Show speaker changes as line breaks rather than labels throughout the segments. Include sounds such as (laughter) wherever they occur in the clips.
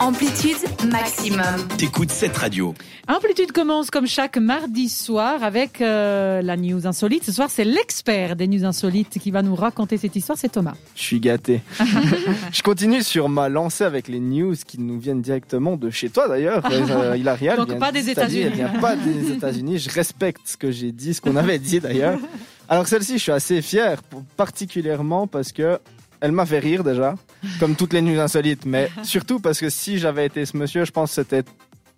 Amplitude maximum.
T'écoutes cette radio.
Amplitude commence comme chaque mardi soir avec euh, la news insolite. Ce soir, c'est l'expert des news insolites qui va nous raconter cette histoire, c'est Thomas.
Je suis gâté.
(laughs)
je continue sur ma lancée avec les news qui nous viennent directement de chez toi d'ailleurs,
(laughs)
euh, Hilarial.
Donc
bien
pas des
d'Italie,
États-Unis.
bien pas des États-Unis. Je respecte ce que j'ai dit, ce qu'on avait dit
(laughs)
d'ailleurs. Alors celle-ci, je suis assez fier, pour- particulièrement parce que elle m'a fait rire déjà, comme toutes les news
(laughs)
insolites, mais surtout parce que si j'avais été ce monsieur, je pense que c'était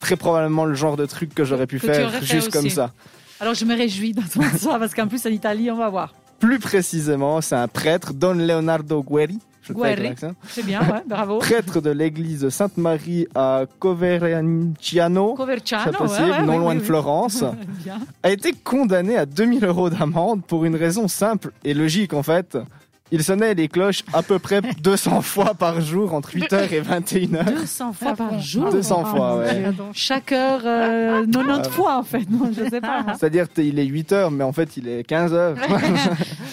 très probablement le genre de truc que j'aurais pu
Que tu
faire
aurais fait
juste comme
aussi.
ça.
Alors je me réjouis (laughs) d'entendre ça parce qu'en plus en Italie, on va voir.
Plus précisément, c'est un prêtre, Don Leonardo Guerri. Je le fais avec
Guerri.
l'accent.
C'est bien, ouais, bravo.
prêtre de l'église Sainte-Marie à Coverciano,
Coverciano,
c'est possible,
ouais, ouais,
non
oui,
loin
oui,
de
oui. (laughs)
Florence,
Bien.
a été condamné à 2000 euros d'amende pour une raison simple et logique en fait. Il sonnait les cloches à peu
(laughs)
près 200 fois par jour entre 8h et 21h.
200 fois par jour. Oh,
200 fois, ouais.
Chaque heure, euh, 90 fois en fait. Non, je sais pas.
C'est-à-dire t'es- il est 8h mais en fait il est 15h.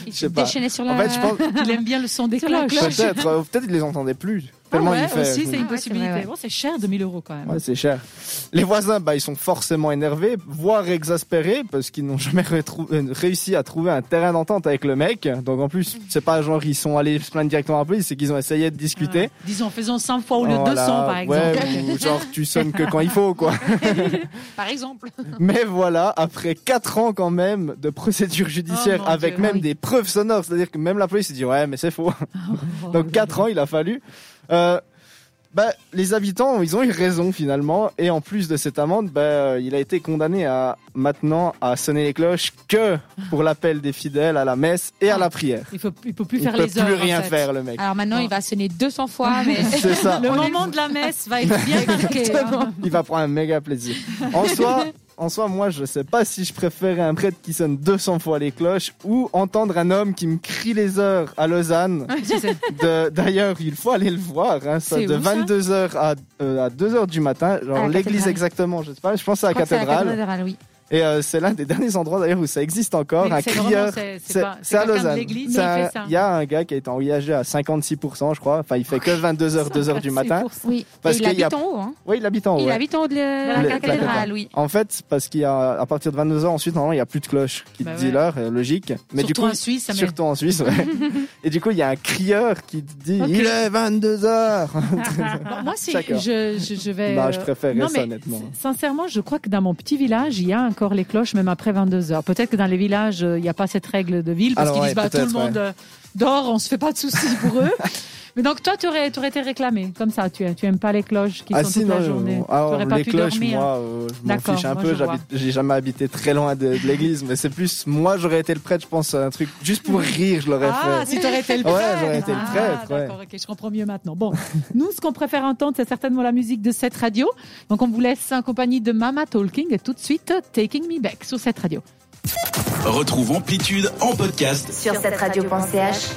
Il
Je
s'est
sais pas.
déchaîné sur la.
En fait je pense
(laughs) Il aime bien le son des
Sur la
cloches.
cloche.
peut-être euh, peut-être il les entendait plus
Ah
tellement
ouais,
il fait.
aussi, c'est une
Ah ouais, c'est vrai,
possibilité.
ouais.
Bon, c'est cher, 2000 euros quand même.
Ouais, c'est cher. Les voisins, bah, ils sont forcément énervés, voire exaspérés, parce qu'ils n'ont jamais retrou- euh, réussi à trouver un terrain d'entente avec le mec. Donc en plus, c'est pas genre ils sont allés se plaindre directement à la police, c'est qu'ils ont essayé de discuter.
Ouais. Disons, faisons 100 fois au lieu de 200
Voilà,
par exemple. (laughs)
Ouais, ou genre tu sonnes que quand il faut, quoi.
Par exemple.
Mais voilà, après 4 ans quand même de procédure judiciaire,
Oh mon
avec
Dieu,
même
oui.
des preuves sonores, c'est-à-dire que même la police se dit ouais, mais c'est faux.
Oh,
Donc 4 ans, il a fallu. Euh, bah, les habitants, ils ont eu raison finalement. Et en plus de cette amende, bah, euh, il a été condamné à maintenant à sonner les cloches que pour l'appel des fidèles à la messe et à la prière.
Il ne faut, il faut Ah. plus
il
faire
peut
les heures.
plus
en
rien
fait. Ah.
faire, le mec.
Alors maintenant, il va sonner 200 fois, mais.
(laughs) C'est ça.
Le moment de la messe va être
(laughs)
bien marqué. hein.
Il va prendre un méga plaisir.
(laughs)
En soi, en soi, moi, je sais pas si je préférais un prêtre qui sonne 200 fois les cloches ou entendre un homme qui me crie les heures à Lausanne.
Je sais.
De- D'ailleurs, il faut aller le voir. hein, ça,
C'est
de
où, ça
22h à, euh, à 2h du matin.
À
Genre
la
l'église
cathédrale.
exactement, je sais pas. Je pense à la
Je crois que c'est
cathédrale.
oui.
Et euh, c'est l'un des (laughs) derniers endroits d'ailleurs où ça existe encore.
Mais
un
c'est vraiment-
crieur.
c'est- c'est
C'est
pas- c'est
c'est à
quelqu'un de
Lausanne.
l'église,
C'est
mais il
un-
fait ça.
Il y a un gars qui a été engagé à 56%, je crois. Enfin, il fait
Ah,
que 22h, 2h du matin.
Oui.
Parce
Et
qu'il
il
y a-
habite en haut. Hein.
Oui, il habite en haut.
Il
ouais.
habite en haut de la,
Le-
la
la cathédrale.
cathédrale, oui.
En fait, c'est parce qu'il y a à partir de 22h ensuite, normalement, il n'y a plus de cloche qui
Bah
te dit
ouais.
l'heure, euh, logique. Mais
Surtout
du coup,
en Suisse, ça met-
surtout en
(laughs)
Suisse. ouais. Et du coup, il y a un crieur qui te dit
Ok.
il est 22h.
Bon, moi, c'est,
Chacun.
je, je, je vais.
Bah,
euh,
je préférais
non,
ça,
mais
honnêtement.
s- Sincèrement, je crois que dans mon petit village, il y a encore les cloches, même après 22 heures. Peut-être que dans les villages, euh, il n'y a pas cette règle de ville, parce
Alors,
qu'ils
ouais,
disent bah, tout le
peut-être,
monde euh, dort, on ne se fait pas de soucis pour eux. (laughs) Mais donc, toi, tu aurais, été réclamé, comme ça. Tu tu aimes pas les cloches qui
Ah
sont
si,
toute
non,
la
je-
journée.
ah,
T'aurais pas
les
pu
cloches,
dormir.
moi, euh, je m'en
D'accord,
fiche un
moi,
peu.
je vois.
j'habite- J'ai jamais habité très loin de, de l'église, mais c'est plus, moi, j'aurais été le prêtre, je pense, un truc juste pour rire, je l'aurais
Ah,
fait.
si t'aurais été le
Ouais,
prêtre.
j'aurais été le
Ah,
prêtre, ouais.
D'accord, ok, je comprends mieux maintenant. Bon, (laughs) nous, ce qu'on préfère entendre, c'est certainement la musique de cette radio. Donc, on vous laisse en compagnie de Mama Talking et tout de suite, Taking Me Back sur cette radio.
Retrouve Amplitude en podcast
Sur cette radio.ch.